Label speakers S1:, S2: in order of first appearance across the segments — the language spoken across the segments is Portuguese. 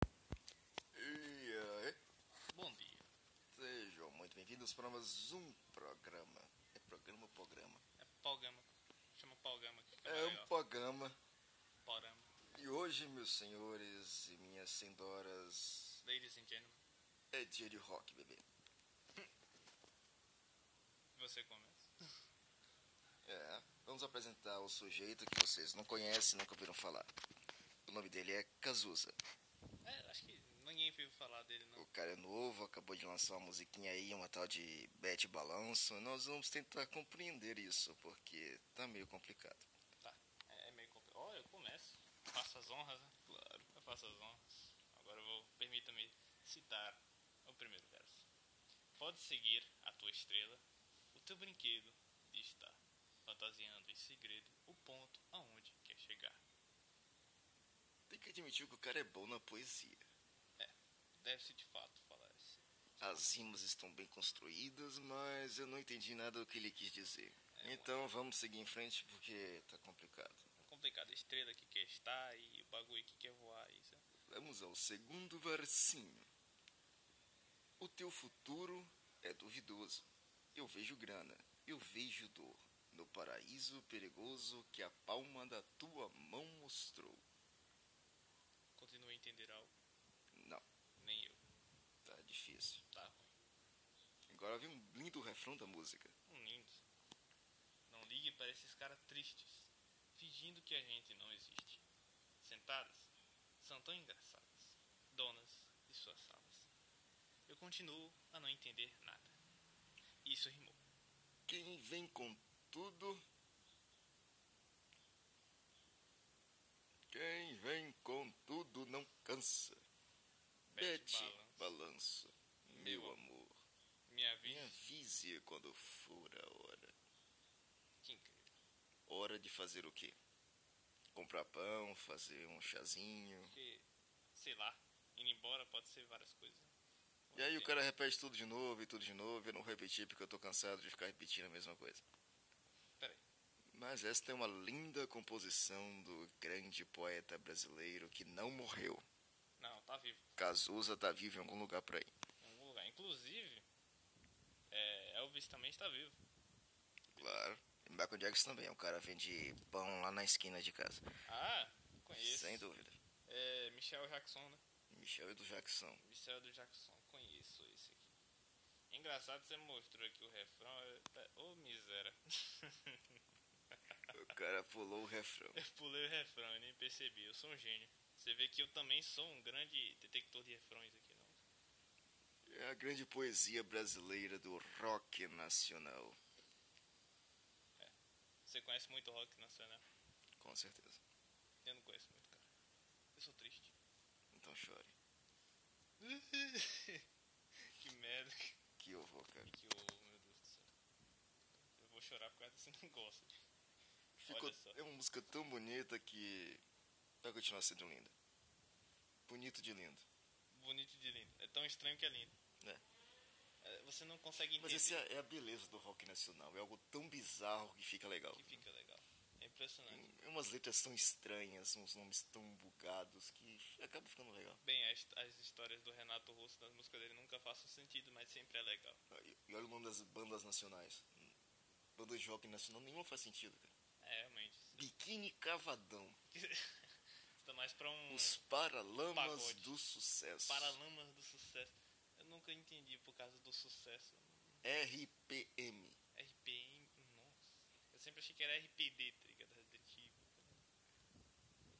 S1: É, muito bem-vindos para mais um programa. É programa ou programa?
S2: É programa. Chama programa. que fica
S1: É um
S2: melhor.
S1: programa.
S2: Programa.
S1: E hoje, meus senhores e minhas senhoras,
S2: Ladies and gentlemen,
S1: é dia de rock, bebê.
S2: você começa.
S1: É. Vamos apresentar o sujeito que vocês não conhecem, nunca ouviram falar. O nome dele é Cazuza.
S2: É, acho que ninguém viu falar dele, não.
S1: O cara é novo, acabou de lançar uma musiquinha aí, uma tal de Bete Balanço. Nós vamos tentar compreender isso, porque tá meio complicado.
S2: Tá. É, é meio complicado. Ó, eu começo. Faço as honras, né? Claro. Eu faço as honras. Agora eu vou... Permita-me citar o primeiro verso. Pode seguir a tua estrela. O teu brinquedo de estar. Fantasiando em segredo o ponto aonde quer chegar.
S1: Tem que admitir que o cara é bom na poesia.
S2: Deve-se de fato falar assim. isso.
S1: As rimas estão bem construídas, mas eu não entendi nada do que ele quis dizer. Então vamos seguir em frente porque tá complicado.
S2: É complicado. Estrela que quer estar e o bagulho que quer voar. Isso. é
S1: Vamos ao segundo versinho. O teu futuro é duvidoso. Eu vejo grana, eu vejo dor. No paraíso perigoso que a palma da tua mão mostrou.
S2: Continua a entender algo.
S1: Não,
S2: Nem eu.
S1: tá difícil.
S2: Tá ruim.
S1: Agora vem um lindo refrão da música.
S2: Um lindo. Não ligue para esses caras tristes. Fingindo que a gente não existe. Sentadas. São tão engraçadas. Donas de suas salas. Eu continuo a não entender nada. Isso rimou.
S1: Quem vem com tudo. Quem vem com tudo não cansa. Bete, balança. meu
S2: Meu
S1: amor.
S2: Minha
S1: Me
S2: vida.
S1: avise quando for a hora.
S2: Que incrível.
S1: Hora de fazer o quê? Comprar pão, fazer um chazinho.
S2: Porque, sei lá, indo embora pode ser várias coisas.
S1: E aí o cara repete tudo de novo e tudo de novo. Eu não vou repetir porque eu tô cansado de ficar repetindo a mesma coisa.
S2: Peraí.
S1: Mas esta é uma linda composição do grande poeta brasileiro que não morreu.
S2: Não, tá vivo.
S1: Cazuza tá vivo em algum lugar por aí.
S2: em algum lugar. Inclusive, é, Elvis também está vivo.
S1: Claro. E Michael Jackson também, o cara vende pão lá na esquina de casa.
S2: Ah, conheço.
S1: Sem dúvida.
S2: É Michel Jackson, né?
S1: Michel e do Jackson.
S2: Michel do Jackson, conheço esse aqui. É Engraçado, você mostrou aqui o refrão. eu até- Ô, miséria.
S1: O cara pulou o refrão.
S2: eu pulei o refrão e nem percebi. Eu sou um gênio. Você vê que eu também sou um grande detector de refrões aqui, não.
S1: É a grande poesia brasileira do rock nacional.
S2: Você conhece muito rock nacional?
S1: Com certeza.
S2: Eu não conheço muito, cara. Eu sou triste.
S1: Então chore.
S2: que merda.
S1: Que horror, cara.
S2: Que horror, meu Deus do céu. Eu vou chorar por causa desse negócio.
S1: Ficou,
S2: Olha só.
S1: é uma música tão bonita que vai continuar sendo linda. Bonito de lindo.
S2: Bonito de lindo. É tão estranho que é lindo.
S1: É.
S2: É, Você não consegue
S1: Mas
S2: entender
S1: essa é a- é a beleza do rock nacional. É algo tão bizarro que fica legal.
S2: que fica legal. É impressionante.
S1: Tem umas letras tão estranhas, uns nomes tão bugados que acaba ficando legal.
S2: Bem, as, as histórias do Renato Russo das músicas dele nunca façam sentido, mas sempre é legal.
S1: E- E olha o nome das bandas nacionais. Bandas de rock nacional nenhuma faz sentido, cara.
S2: É, realmente.
S1: Biquíni Cavadão.
S2: Está mais pra um
S1: Os Paralamas
S2: Pagode.
S1: do Sucesso.
S2: paralamas do sucesso. Eu nunca entendi por causa do sucesso.
S1: RPM.
S2: RPM, nossa. Eu sempre achei que era RPD, tá ligado? Resident Evil.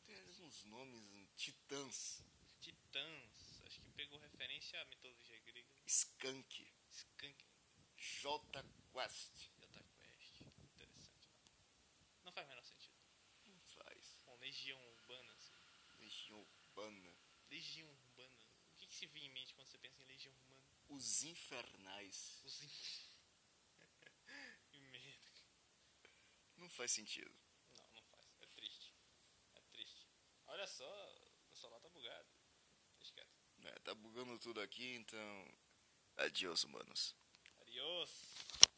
S1: Tem uns nomes titãs.
S2: Titãs, acho que pegou referência à mitologia grega.
S1: Skunk.
S2: Skunk,
S1: J Quest.
S2: Jota Quest, interessante. né? Não faz o menor sentido.
S1: Faz.
S2: Bom, legião urbana, assim.
S1: Legião Urbana.
S2: Legião urbana. O que, que se vem em mente quando você pensa em legião urbana?
S1: Os Infernais.
S2: Os in- Que merda.
S1: Não faz sentido.
S2: Não, não faz. É triste. É triste. Olha só, o celular tá bugado. Deixa quieto.
S1: né? É, tá bugando tudo aqui, então. Adiós, humanos.
S2: Adiós.